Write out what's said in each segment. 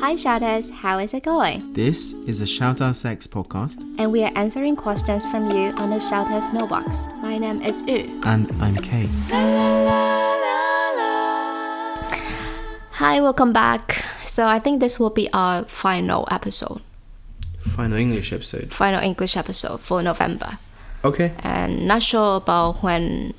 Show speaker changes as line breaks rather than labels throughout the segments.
Hi, shouters, how is it going?
This is a Shout Out Sex podcast,
And we are answering questions from you on the shouters mailbox. My name is Yu.
and I'm Kay.
Hi, welcome back. So I think this will be our final episode,
Final English episode.
final English episode for November.
Okay.
And not sure about when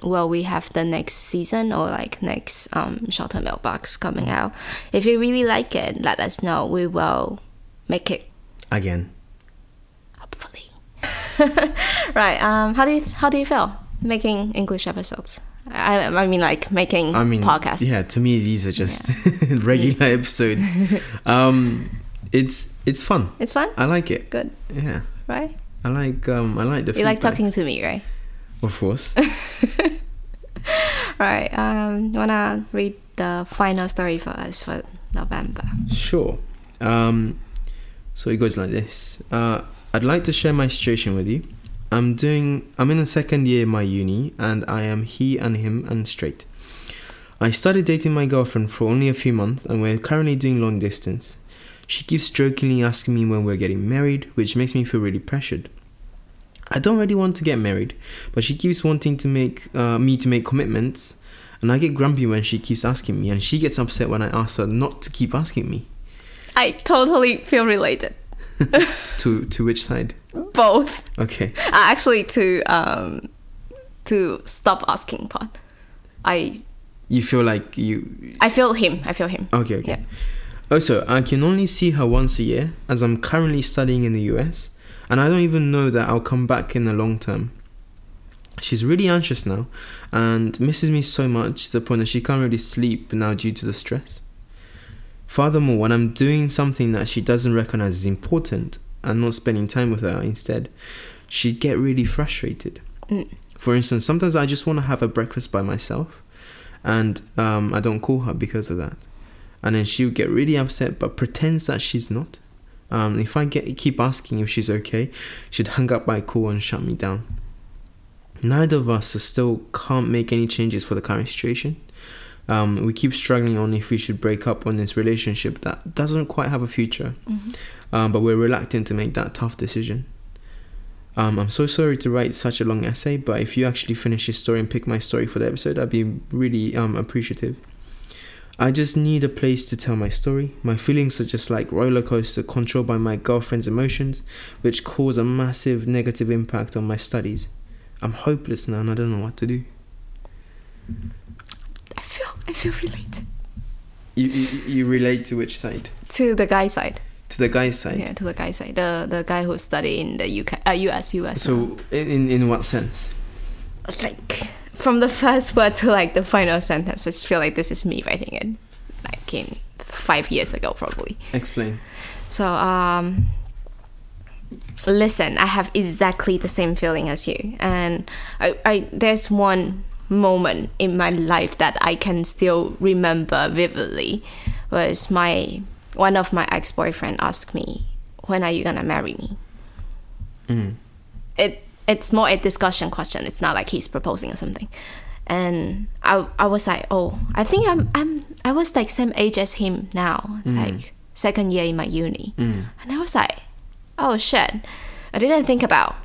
will we have the next season or like next um shelter mailbox coming out. If you really like it, let us know. We will make it
Again.
hopefully. right. Um. How do you How do you feel making English episodes? I I mean like making
I mean,
podcasts.
Yeah, to me these are just regular episodes. Um, it's it's fun.
It's fun.
I like it.
Good.
Yeah,
Right.
I like um, I like the.
You like talking
feedbacks.
to me, right?
Of course.
Right. Um. You wanna read the final story for us for November?
Sure. Um, so it goes like this. Uh, I'd like to share my situation with you. I'm doing. I'm in the second year of my uni, and I am he and him and straight. I started dating my girlfriend for only a few months, and we're currently doing long distance. She keeps jokingly asking me when we're getting married, which makes me feel really pressured. I don't really want to get married, but she keeps wanting to make uh, me to make commitments, and I get grumpy when she keeps asking me, and she gets upset when I ask her not to keep asking me.
I totally feel related.
To to which side?
Both.
Okay.
Uh, actually to um to stop asking part. I
You feel like you
I feel him. I feel him.
okay okay.
Yeah.
Also, I can only see her once a year as I'm currently studying in the US, and I don't even know that I'll come back in the long term. She's really anxious now, and misses me so much to the point that she can't really sleep now due to the stress. Furthermore, when I'm doing something that she doesn't recognize as important and not spending time with her instead, she'd get really frustrated.
Mm.
For instance, sometimes I just want to have a breakfast by myself, and um, I don't call her because of that. And then she would get really upset, but pretends that she's not. Um, if I get keep asking if she's okay, she'd hang up my call and shut me down. Neither of us are still can't make any changes for the current situation. Um, we keep struggling on if we should break up on this relationship that doesn't quite have a future,
Mm-hmm.
um, but we're reluctant to make that tough decision. Um, I'm so sorry to write such a long essay, but if you actually finish this story and pick my story for the episode, I'd be really um, appreciative. I just need a place to tell my story. My feelings are just like roller coaster controlled by my girlfriend's emotions, which cause a massive negative impact on my studies. I'm hopeless now and I don't know what to do.
I feel I feel related
You you, you relate to which side?
to the guy side.
To the guy's side.
Yeah, to the guy side, the the guy who study in the UK, uh, US, US.
So in, in in what sense?
like from the first word to like the final sentence, I just feel like this is me writing it, like in five years ago probably.
Explain.
So um, listen, I have exactly the same feeling as you, and I, I there's one moment in my life that I can still remember vividly was my one of my ex boyfriend asked me, "When are you gonna marry me?"
Mm.
it it's more a discussion question. It's not like he's proposing or something. And I I was like, oh, I think I'm I'm I was like same age as him now. It's like second year in my uni. And I was like, oh shit. I didn't think about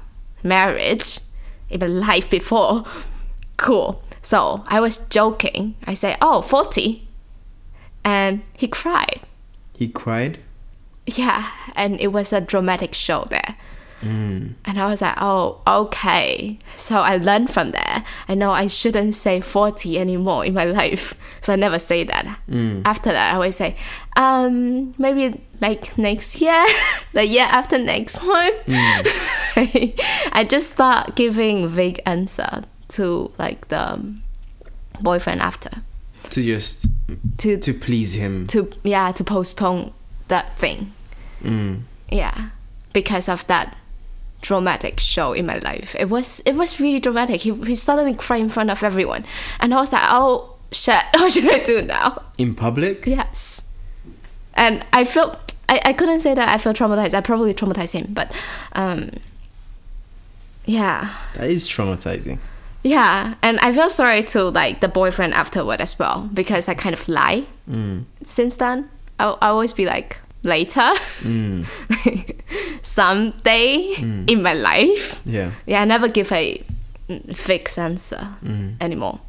marriage in my life before. Cool. So I was joking. I said, oh, 40. And he cried.
He cried.
Yeah. And it was a dramatic show there.
Mm.
And I was like, oh, okay. So I learned from there. I know I shouldn't say 40 anymore in my life. So I never say that. After that, I always say, um, maybe like next year, the year after next one. I just start giving vague answer to like the um, boyfriend after
To just
to
to please him.
to yeah to postpone that thing
Mm.
yeah because of that dramatic show in my life it was it was really dramatic he, he suddenly cried in front of everyone and i was like oh shit what should i do now
In public.
yes and i felt i, I couldn't say that i felt traumatized i probably traumatized him but um yeah
That is traumatizing.
Yeah, and I feel sorry to like the boyfriend afterward as well because I kind of lie. Since then, I I always be like later, someday in my life.
Yeah.
Yeah, I never give a mm, fixed answer anymore.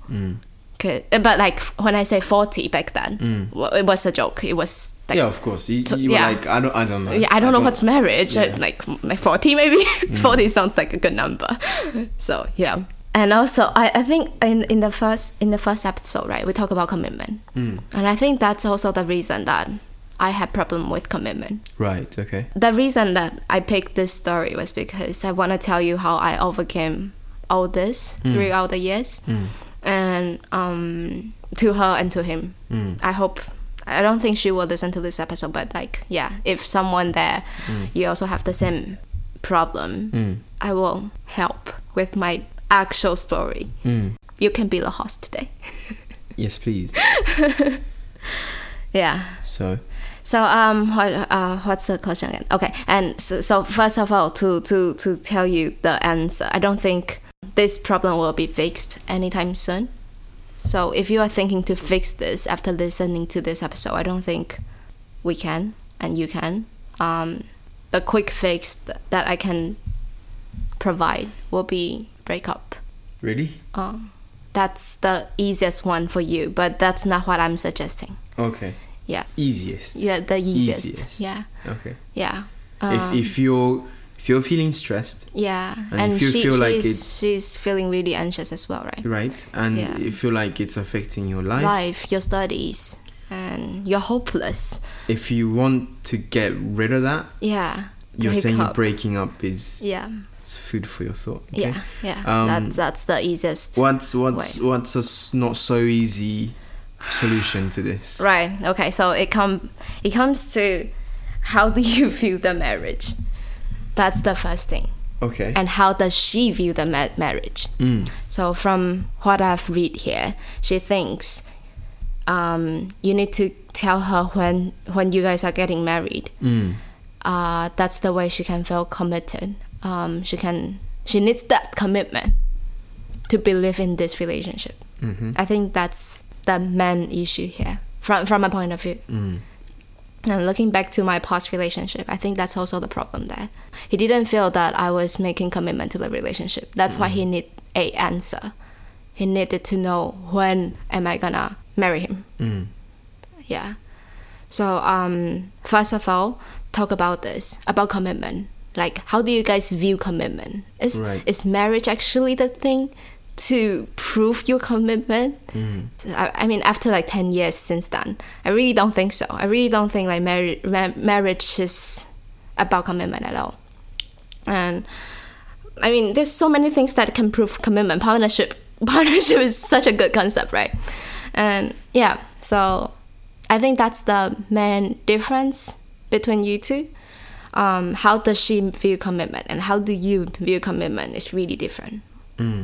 'Kay, uh, But like when I say forty back then, wa- it was a joke. It was like
yeah, of course. You,
So-
you were
yeah.
like, I don't, I don't know.
yeah, I don't know what's marriage. uh,
Yeah.
Like like forty maybe. forty sounds like a good number. So yeah. And also I, I think in, in the first in the first episode, right, we talk about commitment. And I think that's also the reason that I had problem with commitment.
Right. Okay.
The reason that I picked this story was because I wanna tell you how I overcame all this throughout the years. And um to her and to him. I hope I don't think she will listen to this episode, but like, yeah, if someone there, you also have the same problem, I will help with my actual story. You can be the host today.
Mm. Yes, please.
Yeah.
So,
So um, what uh, what's the question again? Okay, and so, so first of all, to to to tell you the answer, I don't think this problem will be fixed anytime soon. So if you are thinking to fix this after listening to this episode, I don't think we can and you can. Um, the quick fix th- that I can provide will be break up.
really?
Uh, that's the easiest one for you, but that's not what I'm suggesting.
Okay.
Yeah,
Easiest.
yeah, the easiest.
Easiest.
Yeah.
Okay.
Yeah. Um,
if if you're if you're feeling stressed,
yeah,
and
and,
if you
she,
feel like
she's,
it's-
she's feeling really anxious as well, right?
right, and
Yeah.
you feel like it's affecting your life,
Life, your studies, and you're hopeless.
if you want to get rid of that,
Yeah.
you're
break
saying
up.
breaking up is
Yeah,
is food for your thought. Okay?
yeah, yeah.
Um,
that's that's the easiest.
What's what's what's a s- not so easy solution to this?
Right. Okay. So it come it comes to how do you view the marriage? That's the first thing.
Okay.
and how does she view the ma- marriage? So, from what I've read here, she thinks um, you need to tell her when when you guys are getting married.
Hmm.
Uh, that's the way she can feel committed. Um, she can she needs that commitment to believe in this relationship. I think that's the main issue here, from from my point of view. And looking back to my past relationship, I think that's also the problem there. He didn't feel that I was making commitment to the relationship. That's why he need a answer. He needed to know when am I gonna marry him. Yeah. So um, first of all, talk about this about commitment. Like, how do you guys view commitment? Is
Right.
is marriage actually the thing to prove your commitment? So, I, I mean, after like ten years since then, I really don't think so. I really don't think like marriage ma- marriage is about commitment at all. And I mean, there's so many things that can prove commitment. Partnership, partnership is such a good concept, right? And yeah, so I think that's the main difference between you two. Um, how does she view commitment, and how do you view commitment? Is really different.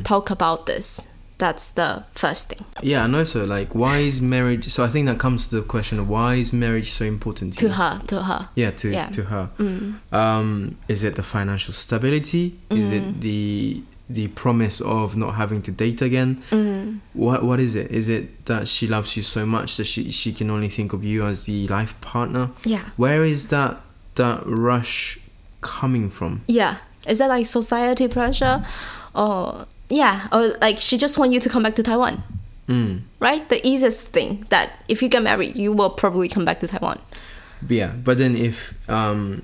Talk about this. That's the first thing
Yeah, and also like why is marriage? So I think that comes to the question: of Why is marriage so important
to
you?
her. To her.
Yeah, to
Yeah. Mm.
to her. Um, is it the financial stability? Is
Mm.
it the the promise of not having to date again?
Mm.
What what is it? Is it that she loves you so much that she she can only think of you as the life partner?
Yeah.
Where is that that rush coming from?
Yeah. Is that like society pressure, or yeah, or like she just want you to come back to Taiwan?
Mm.
right? The easiest thing that if you get married, you will probably come back to Taiwan.
Yeah, but then if um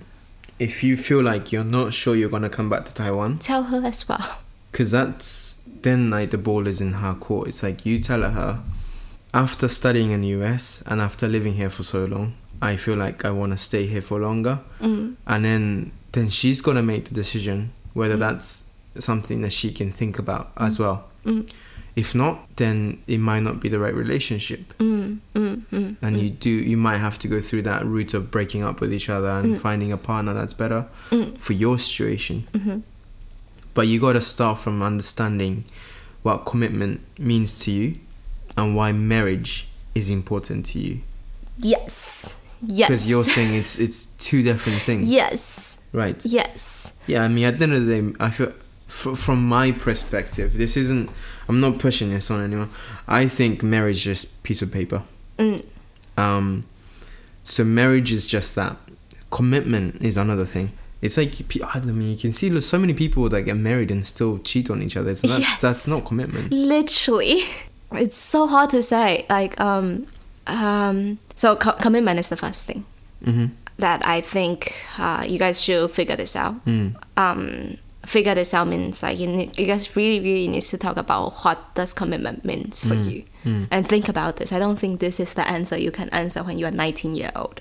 if you feel like you're not sure you're gonna come back to Taiwan,
Tell her as well.
because that's then like the ball is in her court it's like you tell her after studying in the us and after living here for so long i feel like i want to stay here for longer
Mm,
and then then she's gonna make the decision whether that's something that she can think about as well if not then it might not be the right relationship
Mm, mm, mm.
and you do you might have to go through that route of breaking up with each other
Mm.
and finding a partner that's better for your situation
mm-hmm.
but you got to start from understanding what commitment means to you and why marriage is important to you
Yes. Yes.
because you're saying it's it's two different things
Yes.
right
Yes.
yeah i mean at the end of the day i feel fr- from my perspective, this isn't. I'm not pushing this on anyone. I think marriage is just piece of paper.
Mm.
Um, so marriage is just that. Commitment is another thing. It's like pe- I mean, you can see there's so many people that get married and still cheat on each other. So that's
Yes.
that's not commitment.
literally it's so hard to say like um um so co- commitment is the first thing
Mhm.
that i think uh, you guys should figure this out um figure this out means like you, need, you guys really really needs to talk about what does commitment means for you and think about this i don't think this is the answer you can answer when you're 19 year old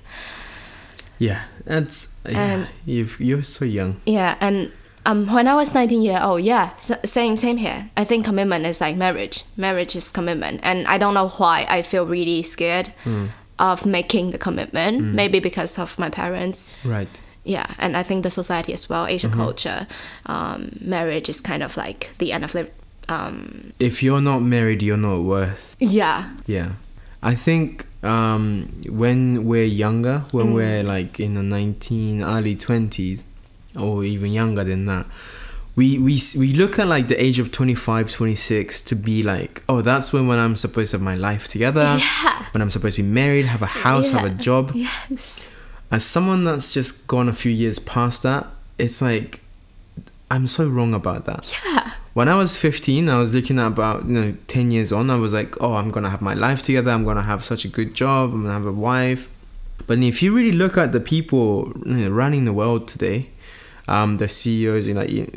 Yeah, that's yeah.
And-
You've, you're so young.
Yeah, and um, when I was 19 year old, yeah, s- same same here. I think commitment is like marriage. Marriage is commitment, and I don't know why I feel really scared
Hmm.
of making the commitment. Maybe because of my parents.
Right.
Yeah, and I think the society as well, Asian
Mm-hmm.
culture, um, marriage is kind of like the end of the. Um,
If you're not married, you're not worth
yeah,
Yeah. I think um, when we're younger,
Mm.
when we're like in the 19, early 20s, or even younger than that, we, we, s- we look at like the age of 25, 26 to be like, oh, that's when, when I'm supposed to have my life together,
Yeah.
when I'm supposed to be married, have a house, have a
Yeah.
job.
yes,
As someone that's just gone a few years past that, it's like, I'm so wrong about that
yeah,
when I was 15, I was looking at about you know 10 years on. I was like, oh, I'm gonna have my life together. I'm gonna have such a good job. I'm gonna have a wife. But if you really look at the people you know, running the world today, um, the CEOs, you know, you-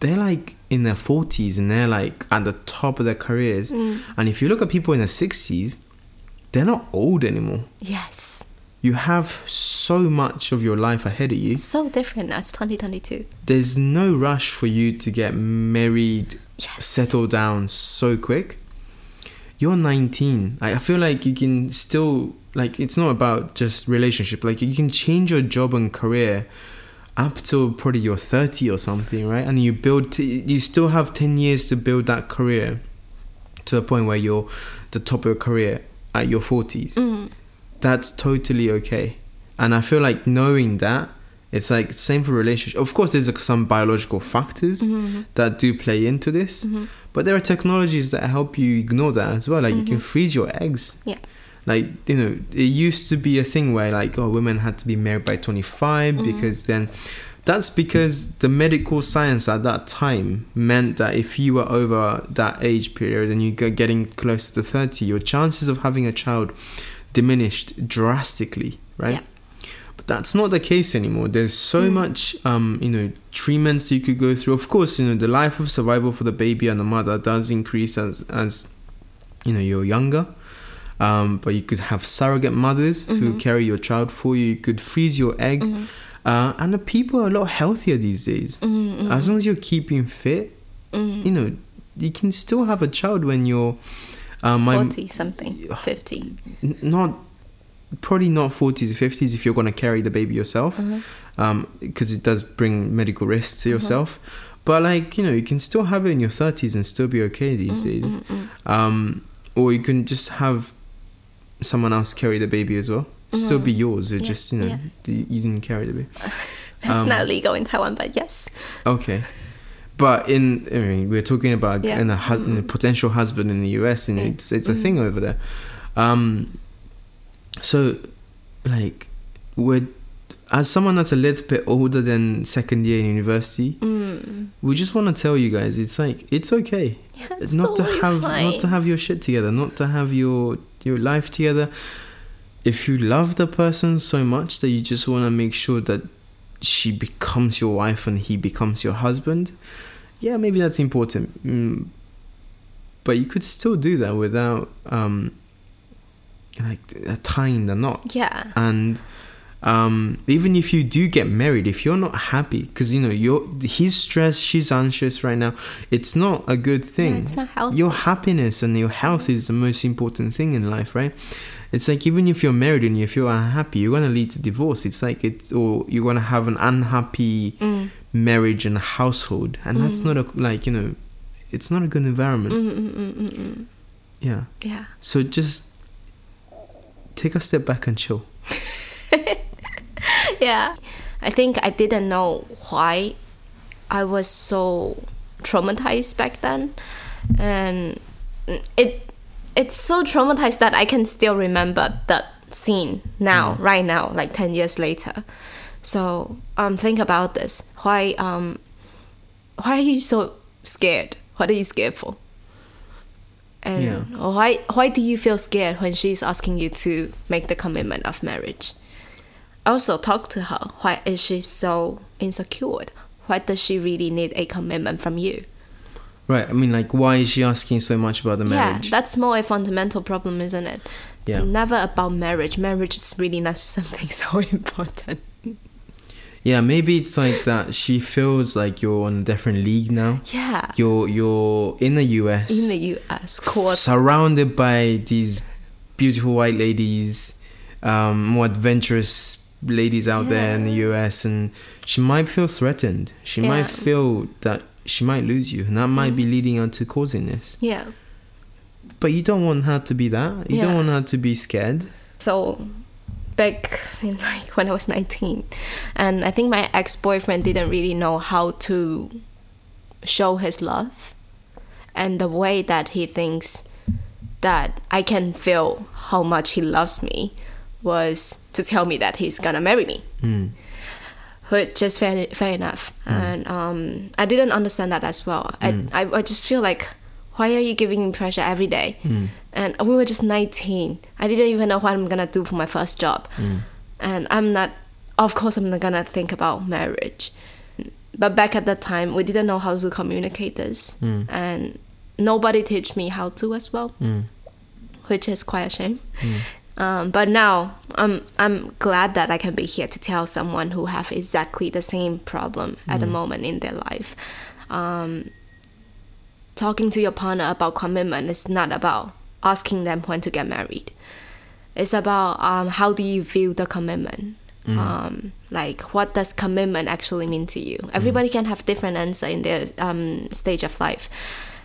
they're like in their 40s and they're like at the top of their careers. And if you look at people in their 60s, they're not old anymore.
yes.
You have so much of your life ahead of you.
It's so different. That's 2022.
There's no rush for you to get married
Yes.
settle down so quick. You're 19. I I feel like you can still like it's not about just relationship. Like you can change your job and career up till probably you're 30 or something, right? And you build t- you still have 10 years to build that career to the point where you're the top of your career at your 40s.
Mm-hmm.
That's totally okay. And I feel like knowing that it's like same for relationship. Of course, there's like some biological factors
Mm-hmm.
that do play into this, but there are technologies that help you ignore that as well. Like you can freeze your eggs.
Yeah.
Like you know, it used to be a thing where like oh, women had to be married by 25 because then. That's because the medical science at that time meant that if you were over that age period and you go getting close to 30, your chances of having a child diminished drastically, right?
Yeah.
But that's not the case anymore. There's so much, um, you know, treatments you could go through. Of course, you know, the life of survival for the baby and the mother does increase as as you know you're younger. Um, but you could have surrogate mothers who carry your child for you. You could freeze your egg,
Mm. Mm-hmm.
uh, and the people are a lot healthier these days.
Mm-hmm.
As long as you're keeping fit, you know, you can still have a child when you're. Uh, my
40 something, 50.
n- not probably not 40s 50s if you're going to carry the baby yourself
Mm-hmm.
because it does bring medical risk to yourself but like you know you can still have it in your 30s and still be okay
Mm-hmm,
these days um, or you can just have someone else carry the baby as well still be yours it
Mm-hmm. Yeah,
just you know
yeah.
you you didn't carry the baby
That's
Um,
not legal in Taiwan, but yes.
Okay, but in I mean, we're talking about
Yeah.
in a, hus- in a potential husband in the US, and
Mm.
it's it's a thing over there. Um, so, like, we're as someone that's a little bit older than second year in university,
Mm.
we just want to tell you guys it's like it's okay
Yeah, it's
not
totally
to have
fine.
not to have your shit together, not to have your your life together. If you love the person so much that you just want to make sure that she becomes your wife and he becomes your husband, yeah, maybe that's important. Mm. But you could still do that without um, like uh, tying the knot
yeah.
and um, even if you do get married, if you're not happy, because you know you're he's stressed, she's anxious right now, it's not a good thing.
Yeah, it's not healthy.
Your happiness and your health is the most important thing in life, right? It's like even if you're married and if you're unhappy, you're gonna lead to divorce. It's like it's or you're gonna have an unhappy
Mm.
marriage and household, and that's not a like you know, it's not a good environment.
Mm, mm, mm, mm, mm.
Yeah.
Yeah.
So just take a step back and chill.
Yeah. I think I didn't know why I was so traumatized back then, and it it's so traumatized that I can still remember that scene now, right now, like ten years later. So um, think about this. Why um, why are you so scared? What are you scared for? And
Yeah.
why why do you feel scared when she's asking you to make the commitment of marriage? Also talk to her. Why is she so insecure? Why does she really need a commitment from you?
Right. I mean, like, why is she asking so much about the marriage?
Yeah, that's more a fundamental problem, isn't it? It's
Yeah.
never about marriage. Marriage is really not something so important.
yeah. Maybe it's like that. She feels like you're on a different league now.
Yeah.
You're you're in the U.S.
In the US, court
surrounded by these beautiful white ladies, um, more adventurous ladies out there in the US, and she might feel threatened. She might
Yeah. Mm.
feel that she might lose you, and that might be leading her to causing this.
Yeah.
But you don't want her to be that. You
Yeah.
don't want her to be scared.
So back in like when I was 19 and I think my ex-boyfriend didn't really know how to show his love and the way that he thinks that I can feel how much he loves me was to tell me that he's gonna marry me.
Mm.
Which is fair, fair enough. And um, I didn't understand that as well. I, I, I just feel like, why are you giving me pressure every day? And we were just 19. I didn't even know what I'm going to do for my first job. And I'm not, of course, I'm not going to think about marriage. But back at that time, we didn't know how to communicate this. And nobody teach me how to as well which is quite a shame. Um, but now I'm I'm glad that I can be here to tell someone who have exactly the same problem at the moment in their life. Um, talking to your partner about commitment is not about asking them when to get married. It's about um, how do you view the commitment. Um, like what does commitment actually mean to you? Everybody can have different answer in their um, stage of life.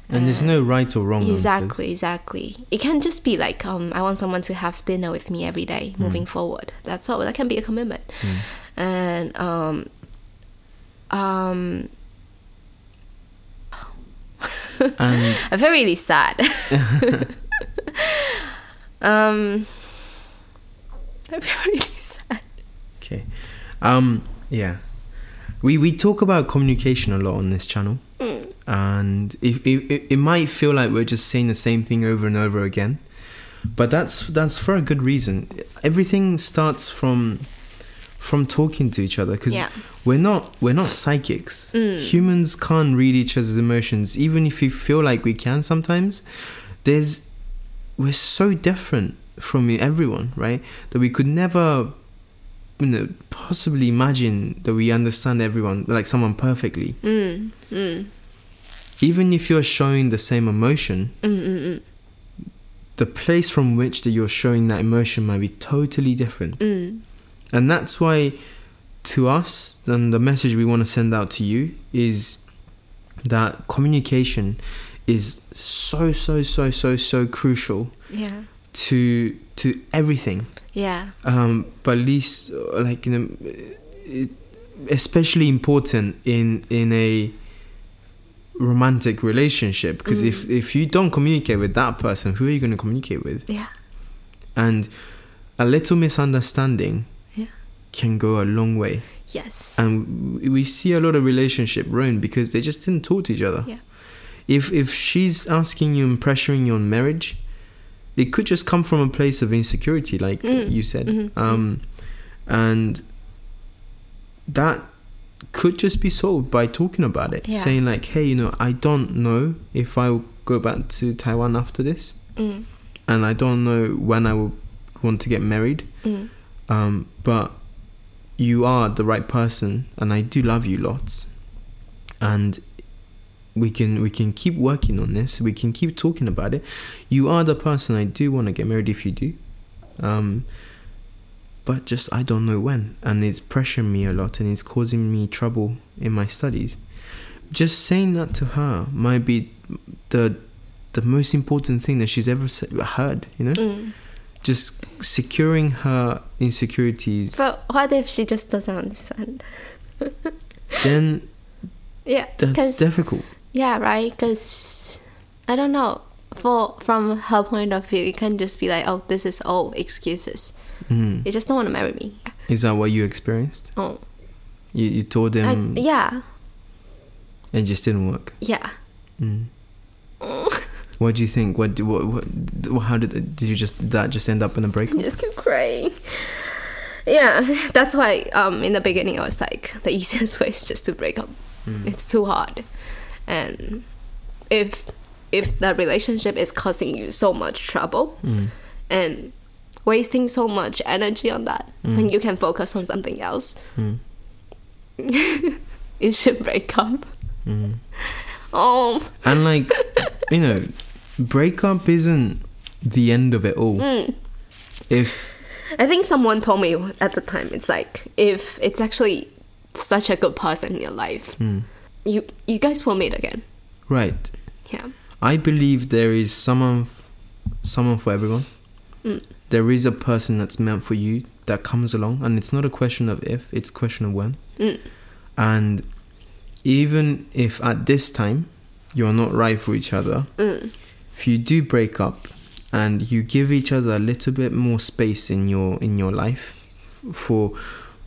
And there's no right or wrong. answers.
Exactly, exactly. It can just be like, um, I want someone to have dinner with me every day
Hmm.
moving forward. That's all. That can be a commitment. And um, um,
And
I'm very really sad. um, I'm very really sad.
Okay. Um, yeah. We we talk about communication a lot on this channel.
Hmm.
And it, it, it- it might feel like we're just saying the same thing over and over again. But that's that's for a good reason. Everything starts from from talking to each other because
Yeah.
we're not we're not psychics. Humans can't read each other's emotions even if we feel like we can sometimes. There's we're so different from everyone, right? That we could never you know, possibly imagine that we understand everyone, like someone perfectly.
Mm, mm,
Even if you're showing the same emotion,
mm, mm,
the place from which that you're showing that emotion might be totally different.
mm,
And that's why, to us, and the message we want to send out to you is that communication is so, so, so, so, so crucial
yeah,
to to everything.
yeah,
um, but at least uh, like you know, it, especially important in in a romantic relationship because if if you don't communicate with that person, who are you going to communicate with?
yeah,
And a little misunderstanding
Yeah.
can go a long way,
yes,
and w- we see a lot of relationship ruined because they just didn't talk to each other.
Yeah.
If if she's asking you and pressuring you on marriage, it could just come from a place of insecurity, like
Mm.
you said
Mhm.
um, and that could just be solved by talking about it
Yeah.
saying like hey you know i don't know if i will go back to taiwan after this
mm,
and i don't know when i will want to get married
mm,
um, but you are the right person and i do love you lots and we can we can keep working on this we can keep talking about it you are the person i do want to get married if you do um, but just i don't know when and it's pressuring me a lot and it's causing me trouble in my studies just saying that to her might be the the most important thing that she's ever s- heard you know
mm.
just securing her insecurities
But what if she just doesn't understand?
then
Yeah,
that's
'cause-
difficult
Yeah, right. Because I don't know. For from her point of view, it can't just be like, oh, this is all excuses.
Mhm.
You just don't want to marry me.
Is that what you experienced?
Oh,
You, you told
I,
them
yeah,
it just didn't work.
yeah.
Mm.
Mm.
What do you think? What, do- what what how did did you just did that just end up in a breakup?
I just keep crying. Yeah, that's why um, in the beginning I was like, the easiest way is just to break up. It's too hard, and if if the relationship is causing you so much trouble
Mm.
and wasting so much energy on that, when you can focus on something else,
Mm.
you should break up.
Mm.
Oh,
And like, you know, breakup isn't the end of it all.
mm.
If
I think someone told me at the time it's like if it's actually such a good person in your life,
mm,
you you guys will meet again.
right,
Yeah.
I believe there is someone, f- someone for everyone.
Mm.
There is a person that's meant for you that comes along, and it's not a question of if; it's a question of when.
Mm.
And even if at this time you're not right for each other,
Mm.
if you do break up and you give each other a little bit more space in your in your life f- for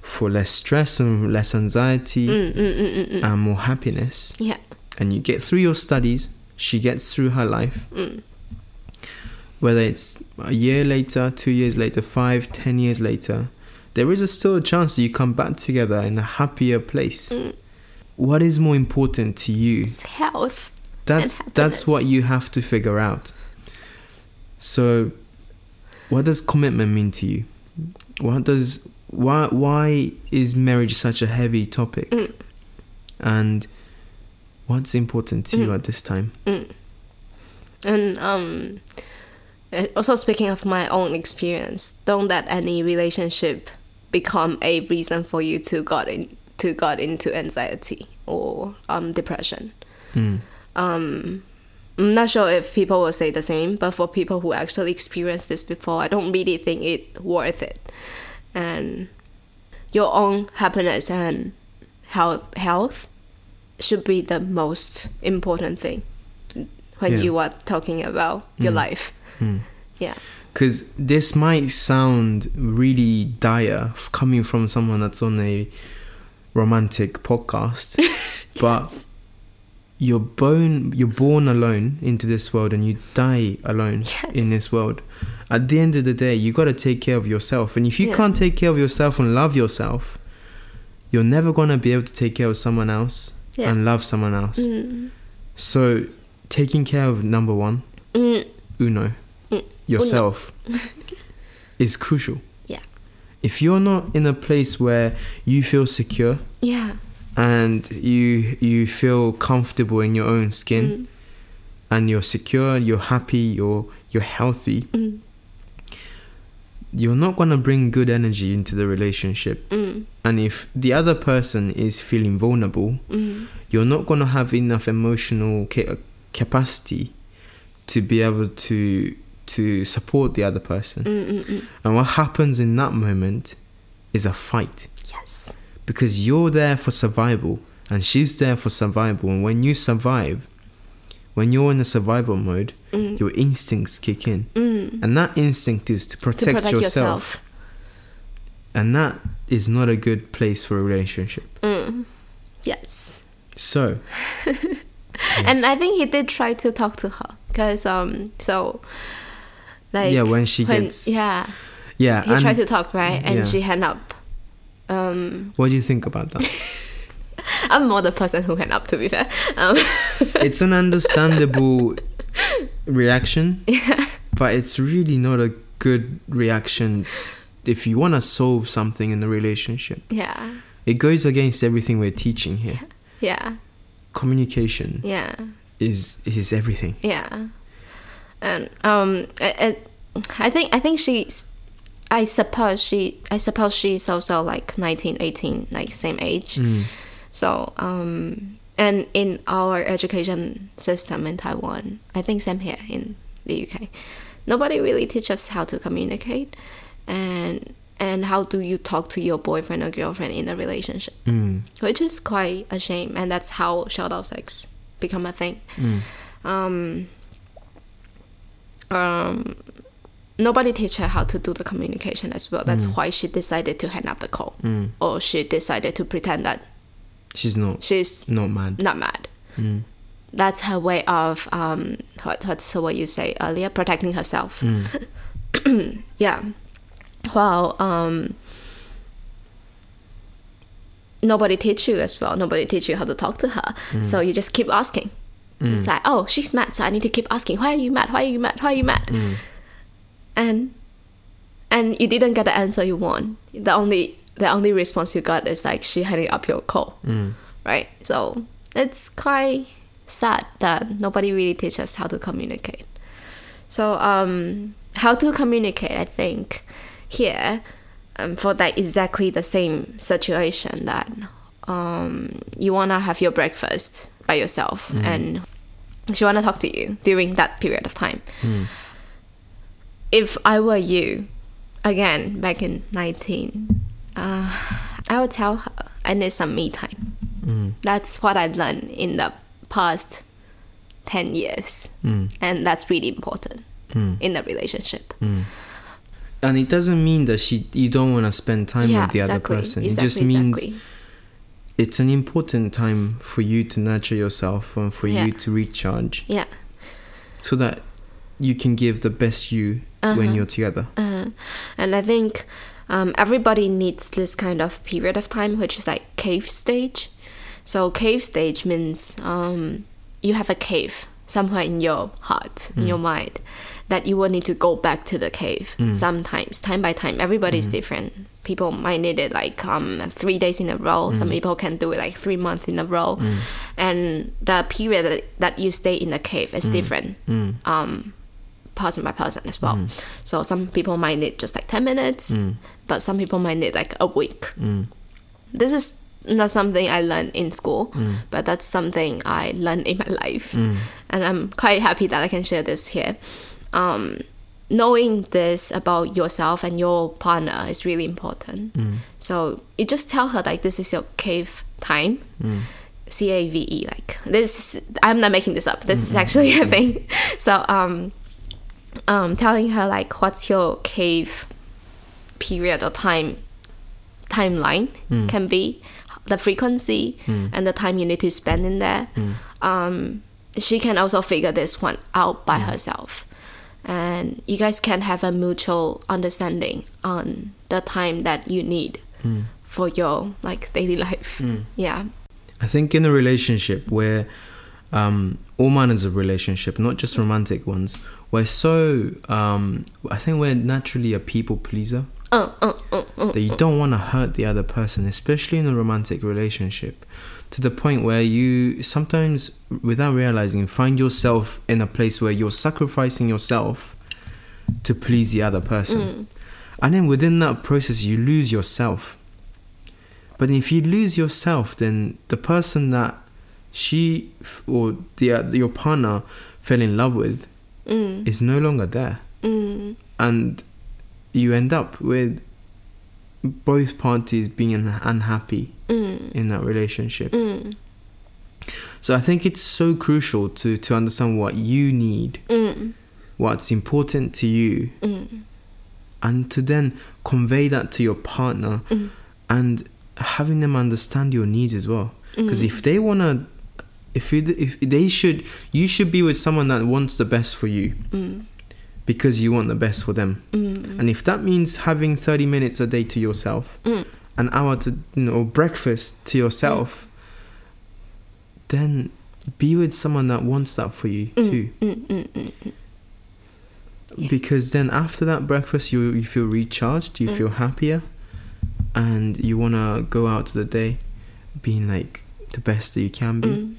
for less stress and less anxiety
Mm, mm, mm, mm, mm.
and more happiness
Yeah.
and you get through your studies she gets through her life
Mm.
whether it's a year later two years later five ten years later there is a still a chance that you come back together in a happier place
Mm.
what is more important to you
It's health.
that's that's what
happiness.
you have to figure out so what does commitment mean to you what does why why is marriage such a heavy topic
Mm.
and what's important to you
Mm.
at this time
Mm. And um, uh, also speaking of my own experience, don't let any relationship become a reason for you to got in to got into anxiety or um depression.
mm.
Um, I'm not sure if people will say the same, but for people who actually experienced this before, I don't really think it worth it. And your own happiness and health health should be the most important thing when
Yeah. Mm.
you are talking about your life. Yeah.
Because this might sound really dire f- coming from someone that's on a romantic podcast, but you're born you're born alone into this world and you die alone
Yes.
in this world. At the end of the day, you got to take care of yourself, and if you
Yeah.
can't take care of yourself and love yourself, you're never gonna be able to take care of someone else
Yeah.
and love someone else.
Mm.
So, taking care of number one
Mm.
uno
Mm.
yourself is crucial
Yeah.
if you're not in a place where you feel secure
Yeah.
and you you feel comfortable in your own skin
Mm.
and you're secure you're happy you're you're healthy
Mm.
you're not going to bring good energy into the relationship
Mm.
and if the other person is feeling vulnerable
Mm.
you're not going to have enough emotional ca- capacity to be able to to support the other person
Mm. Mm. Mm.
And what happens in that moment is a fight
Yes.
because you're there for survival and she's there for survival. And when you survive, when you're in a survival mode,
Mm.
your instincts kick in.
Mm.
And that instinct is to protect,
To protect
yourself.
yourself.
And that is not a good place for a relationship.
Mm. Yes.
So,
and I think he did try to talk to her because um so like
yeah, when she gets.
yeah
yeah
he
and
tried to talk right and
yeah.
she hung up um
what do you think about that?
I'm more the person who hung up to be fair um
it's an understandable reaction, but it's really not a good reaction if you want to solve something in the relationship.
yeah
It goes against everything we're teaching here.
yeah
Communication
yeah
is is everything.
yeah and um I, I, I think I think she's I suppose she I suppose she's also like 19 18 like same age
Mm.
So, um, and in our education system in Taiwan, I think same here in the UK, nobody really teaches us how to communicate, and and how do you talk to your boyfriend or girlfriend in a relationship,
Mm.
which is quite a shame, and that's how shut out sex become a thing.
Mm.
Um, um, nobody teach her how to do the communication as well. That's why she decided to hang up the call,
Mm.
or she decided to pretend that
She's not
she's
not mad.
not mad.
Mm.
That's her way of um, what, what's what you say earlier, protecting herself.
Mm.
Yeah. Well, um, nobody teach you as well. Nobody teach you how to talk to her.
Mm.
So you just keep asking. It's like, oh, she's mad, so I need to keep asking. Why are you mad? Why are you mad? Why are you mad?
Mm.
And and you didn't get the answer you want. The only the only response you got is like she hanging up your call,
Mm.
right? So it's quite sad that nobody really teaches us how to communicate. So, um, how to communicate, I think, here um, for that exactly the same situation that um, you want to have your breakfast by yourself and she want to talk to you during that period of time. If I were you, again, back in 19, uh, I would tell her I need some me time.
Mm.
That's what I learned in the past 10 years
Mm.
and that's really important
Mm.
in a relationship.
And it doesn't mean that she you don't want to spend time
yeah,
with the
exactly.
other person.
Exactly,
it just means
exactly.
it's an important time for you to nurture yourself and for
Yeah.
you to recharge
yeah.
so that you can give the best you when you're together.
Uh, and I think um, everybody needs this kind of period of time, which is like cave stage. So cave stage means um, you have a cave somewhere in your heart, in your mind, that you will need to go back to the cave sometimes, time by time. Everybody's different. People might need it like um, three days in a row. Some people can do it like three months in a row. And the period that, that you stay in the cave is different.
Mm.
Um, person by person as well. So some people might need just like 10 minutes, but some people might need like a week. This is not something I learned in school, but that's something I learned in my life. And I'm quite happy that I can share this here. Um, knowing this about yourself and your partner is really important. So you just tell her like this is your cave time. C A V E like this I'm not making this up. This is actually a thing. So um um, telling her like what's your cave period or time timeline
Hmm.
can be the frequency and the time you need to spend in there
Hmm.
um, she can also figure this one out by
Hmm.
herself and you guys can have a mutual understanding on the time that you need for your like daily life
Hmm.
yeah
I think in a relationship where um, all manners of relationship, not just romantic ones, we're so um, I think we're naturally a people pleaser.
uh, uh, uh, uh.
that you don't want to hurt the other person, especially in a romantic relationship, to the point where you sometimes, without realizing, find yourself in a place where you're sacrificing yourself to please the other person. And then within that process, you lose yourself. But if you lose yourself, then the person that she f- or the uh, your partner fell in love with
Mm,
is no longer there
mm,
and you end up with both parties being un- unhappy
mm,
in that relationship.
mm,
So I think it's so crucial to to understand what you need,
mm,
what's important to you,
mm,
and to then convey that to your partner
Mm.
and having them understand your needs as well.
Mm.
Because if they wanna, if you if they should, you should be with someone that wants the best for you
mm,
because you want the best for them.
mm,
And if that means having 30 minutes a day to yourself,
Mm.
an hour to, you know, breakfast to yourself, then be with someone that wants that for you too.
mm, mm, mm. Yeah.
Because then after that breakfast, you, you feel recharged, you
Mm.
feel happier, and you want to go out to the day being like the best that you can be.
Mm,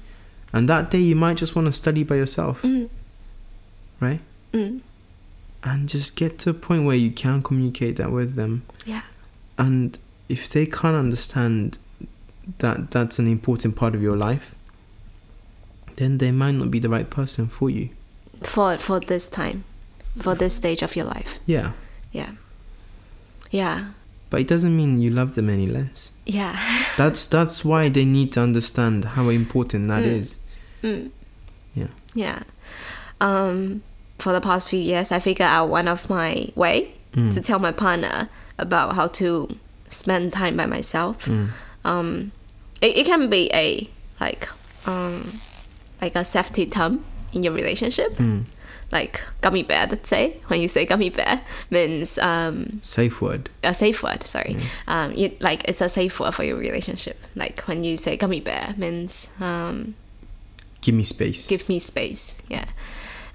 And that day, you might just want to study by yourself,
mm,
right?
mm.
and just get to a point where you can communicate that with them.
Yeah.
And if they can't understand that that's an important part of your life, then they might not be the right person for you.
for for this time for this stage of your life
Yeah.
yeah yeah
But it doesn't mean you love them any less.
yeah
That's that's why they need to understand how important that
Mm.
is. Yeah.
Yeah. Um, for the past few years, I figured out one of my way to tell my partner about how to spend time by myself. Um, it, it can be a like um, like a safety term in your relationship, like gummy bear. Let's say when you say gummy bear means um,
Safe word.
a safe word. Sorry, um, you, like it's a safe word for your relationship. Like when you say gummy bear means um,
Give me space.
give me space. Yeah.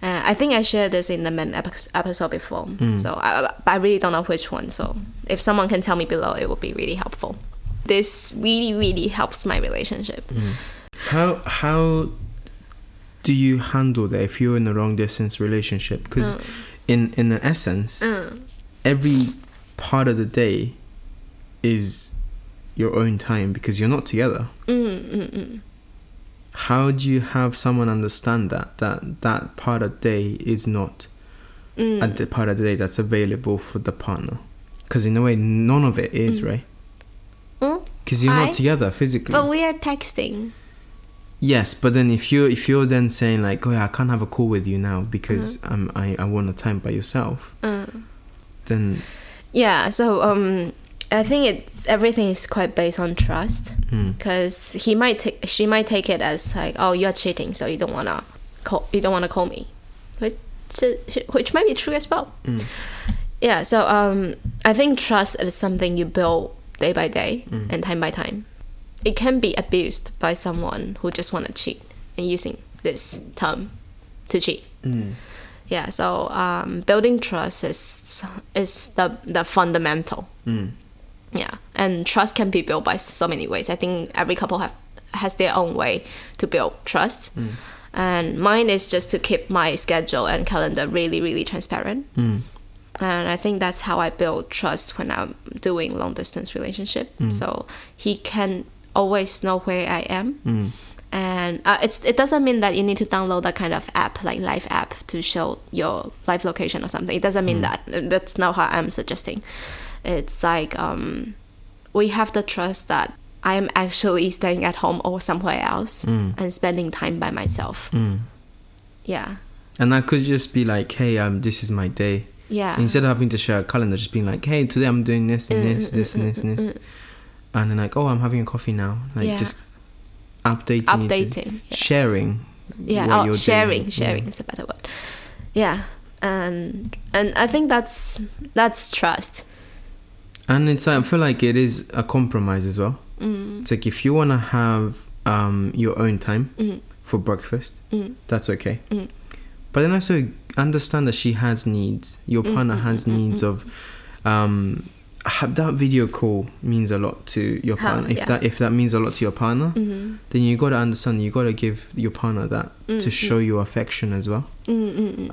Uh, I think I shared this in the men epi- episode before, so I, I- I really don't know which one. So if someone can tell me below, it would be really helpful. This really, really helps my relationship.
How how do you handle that if you're in a long distance relationship? Because
Mm.
in in an essence, every part of the day is your own time because you're not together.
Mm,
How do you have someone understand that that that part of the day is not
Mm.
a the part of the day that's available for the partner? Because in a way, none of it is right.
Mm?
Because you're
Why?
not together physically.
But we are texting.
Yes, but then if you if you're then saying like, oh, yeah, I can't have a call with you now because
Mm-hmm.
um, I I want a time by yourself,
Uh.
then
Yeah, so um, I think it's everything is quite based on trust because he might take she might take it as like oh you're cheating so you don't wanna call you don't wanna call me, which is- which might be true as well. Yeah, so um, I think trust is something you build day by day and time by time. It can be abused by someone who just wanna cheat and using this term to cheat yeah so um, building trust is is the the fundamental yeah and trust can be built by so many ways i think every couple have has their own way to build trust and mine is just to keep my schedule and calendar really really transparent and i think that's how i build trust when i'm doing long distance relationship
Mm.
so he can always know where i am
Mm.
and uh, it's it doesn't mean that you need to download that kind of app like live app to show your live location or something it doesn't
Mm.
mean that that's not how i'm suggesting it's like um we have the trust that i am actually staying at home or somewhere else
Mm.
and spending time by myself yeah
and that could just be like, hey, um, this is my day.
yeah
Instead of having to share a calendar, just being like, hey, today I'm doing this and this, this and this and this, and then like, oh, I'm having a coffee now. Like
Mm-hmm. Yeah.
just updating, each other.
Updating, yes.
sharing. what
yeah oh,
you're
sharing
doing. Mm.
sharing is a better word yeah and and i think that's that's trust
And it's I feel like it is a compromise as well.
Mm,
It's like if you want to have um, your own time
mm,
for breakfast, that's okay. But then also understand that she has needs. Your partner has needs of. Um, ha- that video call means a lot to your
Huh,
partner. if
yeah. Mm.
that if that means a lot to your partner, then you got to understand. You got to give your partner that
mm, Mm-hmm.
to show your affection as well.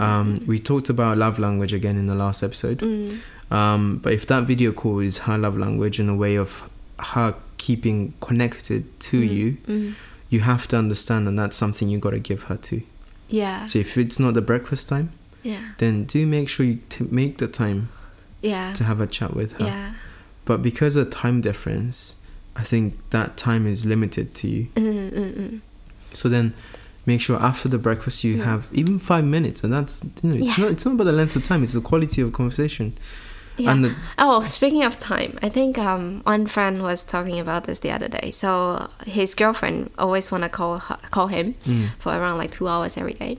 Um, we talked about love language again in the last episode.
Mm.
Um, but if that video call is her love language and a way of her keeping connected to
mm,
you, you have to understand, and that's something you got to give her too.
yeah
So if it's not the breakfast time,
yeah
then do make sure you t- make the time
yeah
to have a chat with her.
yeah
But because of the time difference, I think that time is limited to you.
Mm, mm, mm.
So then. Make sure after the breakfast you have even five minutes, and that's you know it's
Yeah.
not it's not about the length of time; it's the quality of conversation.
Yeah.
And the,
Oh, speaking of time, I think um, one friend was talking about this the other day. So his girlfriend always want to call her, call him
mm,
for around like two hours every day,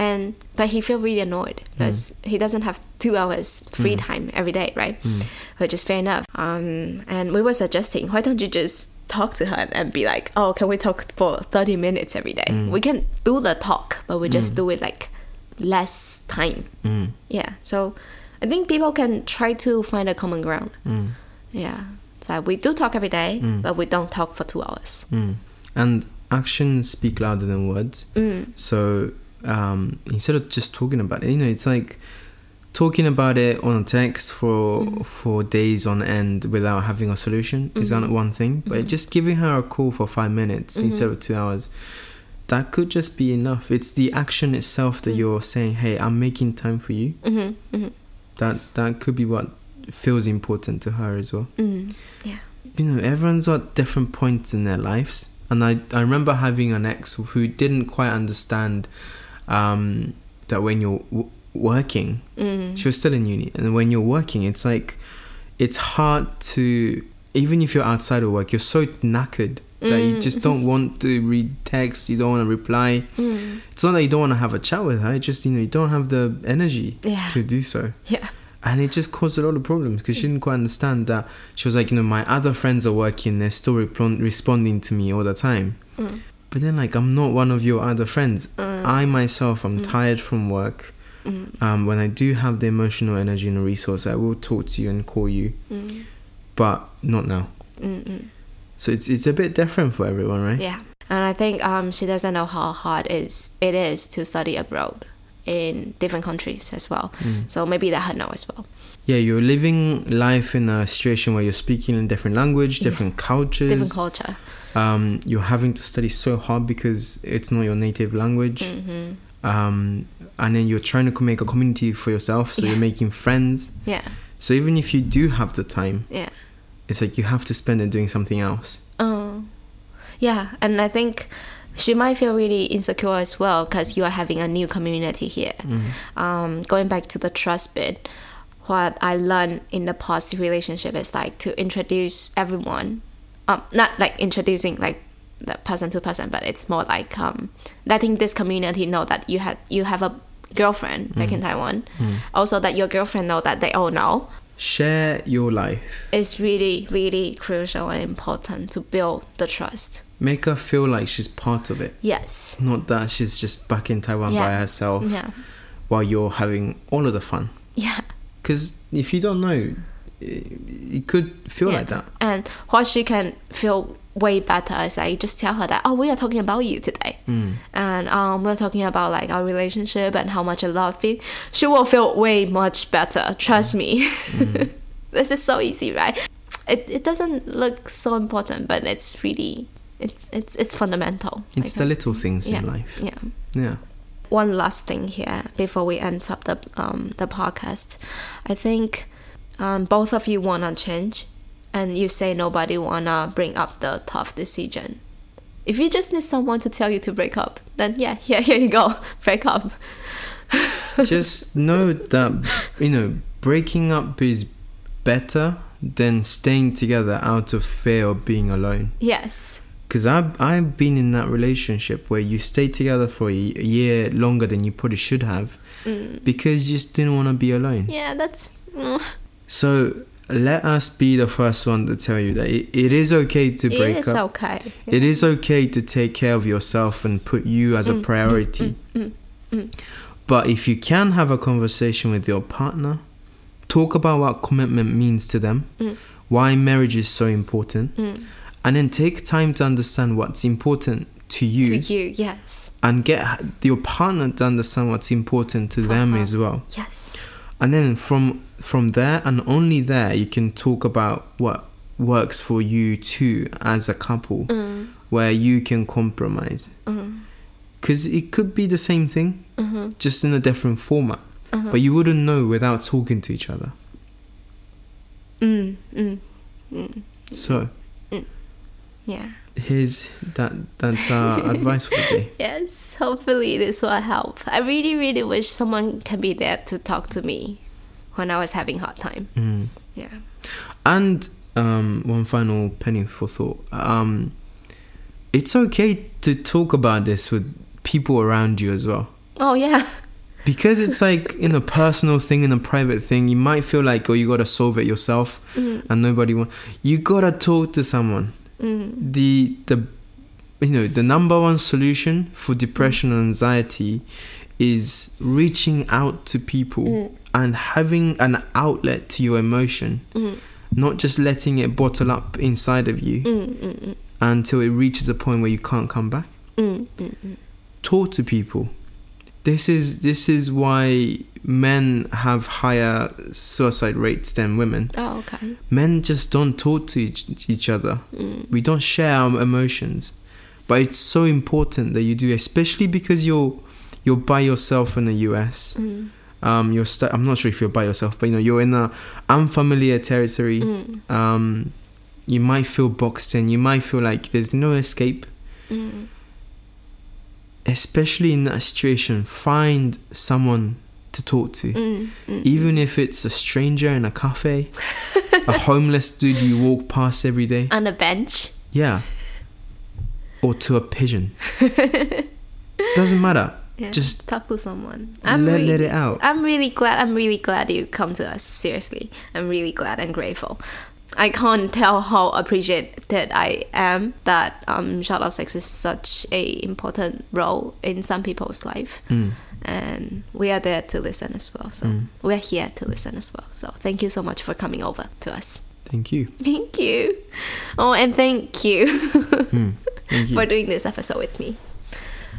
and but he feel really annoyed because he doesn't have two hours free time every day, right?
mm,
Which is fair enough. Um, and we were suggesting, why don't you just talk to her and be like, oh, can we talk for thirty minutes every day? We can do the talk, but we just do it like less time.
mm,
Yeah. So I think people can try to find a common ground.
mm,
Yeah. So we do talk every day, but we don't talk for two hours.
Mm. And actions speak louder than words.
Mm.
So um, instead of just talking about it, you know, it's like talking about it on a text for for days on end without having a solution is not one thing. But just giving her a call for five minutes instead of two hours, that could just be enough. It's the action itself that you're saying, "Hey, I'm making time for you."
hmm hmm
That that could be what feels important to her as well
Mm. Yeah.
you know everyone's at different points in their lives and I I remember having an ex who didn't quite understand um, that when you're w- working,
Mm.
she was still in uni, and when you're working, it's like it's hard to even if you're outside of work, you're so knackered that you just don't want to read text, you don't want to reply.
Mm.
It's not that you don't want to have a chat with her, it's just you know you don't have the energy
Yeah.
to do so
Yeah.
and it just caused a lot of problems because she didn't quite understand that she was like you know my other friends are working they're still repl- responding to me all the time
Mm.
but then like i'm not one of your other friends i myself
Mm.
i'm tired from work um, when i do have the emotional energy and resource i will talk to you and call you
Mm.
but not now so it's it's a bit different for everyone right
Yeah. And I think um, she doesn't know how hard is it is to study abroad in different countries as well. So maybe that her know as well.
yeah you're living life in a situation where you're speaking in different language different cultures
Different culture.
um, you're having to study so hard because it's not your native language
Mm-hmm.
um, and then you're trying to make a community for yourself so
Yeah.
you're making friends
Yeah.
so even if you do have the time
Yeah.
it's like you have to spend it doing something else
Um, yeah, and I think she might feel really insecure as well because you are having a new community here. Um, going back to the trust bit, what I learned in the past relationship is like to introduce everyone, um, not like introducing like the person to person, but it's more like um, letting this community know that you had you have a girlfriend back in Taiwan. Also, that your girlfriend know that they all know
share your life
it's really, really crucial and important to build the trust.
make her feel like she's part of it
Yes.
not that she's just back in taiwan by
Yeah.
herself
Yeah.
while you're having all of the fun
Yeah.
because if you don't know it, it could feel
yeah.
like that
And what she can feel way better is like just tell her that, oh, we are talking about you today.
Mm. Hmm.
And um, we're talking about like our relationship and how much I love you. She will feel way much better. Trust me.
Mm.
this is so easy, right? It, it doesn't look so important, but it's really, it's, it's, it's fundamental.
it's the
Like,
little things
yeah.
in life
Yeah.
yeah
one last thing here before we end up the um, the podcast. I think um, both of you wanna change, and you say nobody wanna bring up the tough decision. If you just need someone to tell you to break up, then yeah, here here you go, break up.
just know that you know breaking up is better than staying together out of fear of being alone
Yes.
because I've, I've been in that relationship where you stay together for a y- a year longer than you probably should have because you just didn't want to be alone
Mm. Yeah, that's. mm,
so let us be the first one to tell you that it, it is okay to
it
break
is
up
okay.
it is okay to take care of yourself and put you as a priority. But if you can have a conversation with your partner, talk about what commitment means to them, why marriage is so important,
Mm.
and then take time to understand what's important to you,
to you. Yes.
and get h- your partner to understand what's important to them
her.
as well.
Yes.
And then from from there and only there you can talk about what works for you too as a couple
Mm,
where you can compromise
mm,
because it could be the same thing
hmm
just in a different format but you wouldn't know without talking to each other
mm, mm, mm.
so
Yeah.
here's that that's our advice for the day
Yes, hopefully this will help. I really, really wish someone can be there to talk to me when I was having hard time.
mm.
Yeah.
and um, one final penny for thought um, it's okay to talk about this with people around you as well
Oh yeah.
because it's like in a personal thing in a private thing you might feel like oh you gotta solve it yourself and nobody want you gotta talk to someone
Mm.
the the you know the number one solution for depression and anxiety is reaching out to people
Mm.
and having an outlet to your emotion not just letting it bottle up inside of you
Mm, mm, mm,
until it reaches a point where you can't come back
mm, mm, mm.
talk to people this is this is why men have higher suicide rates than women
Oh okay.
men just don't talk to each, each other
Mm.
we don't share our emotions but it's so important that you do especially because you're you're by yourself in the US
Mm.
um you're st- I'm not sure if you're by yourself but you know you're in a unfamiliar territory
Mm.
um you might feel boxed in you might feel like there's no escape
Mm.
especially in that situation, find someone to talk to.
Mm. Mm.
Even if it's a stranger in a cafe, a homeless dude you walk past every day.
On a bench.
Yeah. Or to a pigeon. Doesn't matter.
Yeah.
Just
talk to someone.
let,
really,
let it out.
I'm really glad. I'm really glad you come to us. Seriously, I'm really glad and grateful. I can't tell how appreciated I am that um, shadow sex is such a important role in some people's life,
Mm.
and we are there to listen as well. So we are here to listen as well. So thank you so much for coming over to us.
Thank you.
Thank you. Oh, and thank you,
Thank you.
for doing this episode with me.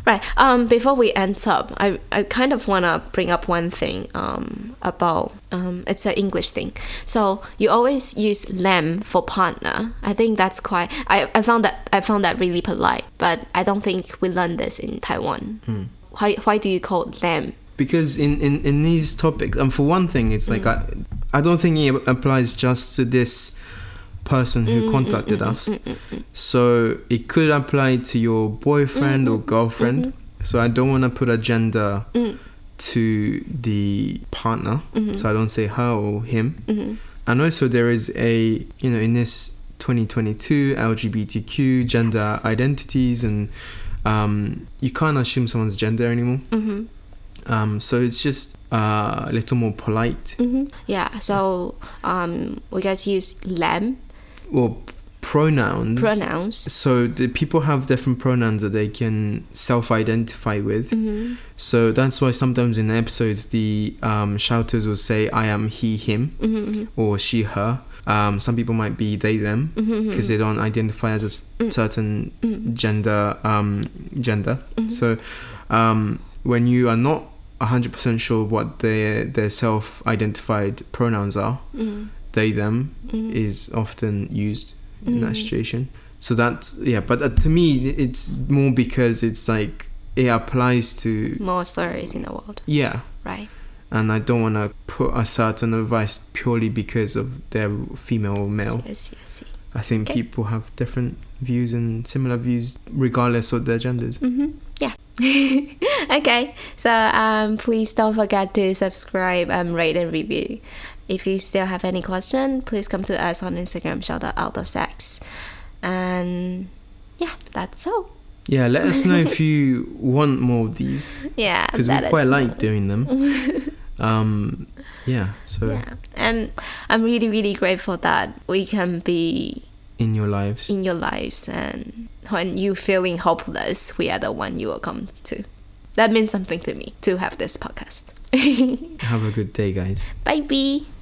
Right. Um, before we end up, I, I kind of wanna bring up one thing um, about um, it's an English thing. So you always use lamb for partner. I think that's quite. I, I found that I found that really polite, but I don't think we learn this in Taiwan. Why Why do you call it lamb?
because in, in, in these topics and for one thing it's like I, I don't think it applies just to this person who contacted
mm,
us so it could apply to your boyfriend or girlfriend so i don't want to put a gender to the partner so i don't say her or him and also there is a you know in this 2022 lgbtq gender identities and um, you can't assume someone's gender anymore
Mm-hmm.
um, so it's just uh, a little more polite.
Mm-hmm. Yeah. So um, we guys use lamb
Well, pronouns.
pronouns.
So the people have different pronouns that they can self-identify with.
Mm-hmm.
So that's why sometimes in episodes the um, shouters will say "I am he him"
Mm-hmm.
or "she her." Um, some people might be they them
Mm-hmm.
because they don't identify as a s- certain gender. Um, gender. So um, when you are not hundred percent sure what their their self-identified pronouns are,
Mm-hmm.
they them
Mhm.
is often used in that
Mhm.
situation so that's yeah but uh, to me it's more because it's like it applies to
more stories in the world,
yeah
right?
and i don't want to put a certain advice purely because of their female or male
Yes, yes,
i think
Okay.
people have different views and similar views regardless of their genders
Mm-hmm. Yeah. okay. So um, please don't forget to subscribe, um, rate, and review. If you still have any question, please come to us on Instagram, shout out Aldo Sex. And yeah, that's all.
yeah let us know if you want more of these
Yeah.
because we
that is
quite like
all.
doing them um yeah so
Mm. Yeah. And I'm really, really grateful that we can be
in your lives
in your lives and when you feeling hopeless we are the one you will come to that means something to me to have this podcast
have a good day guys
bye bye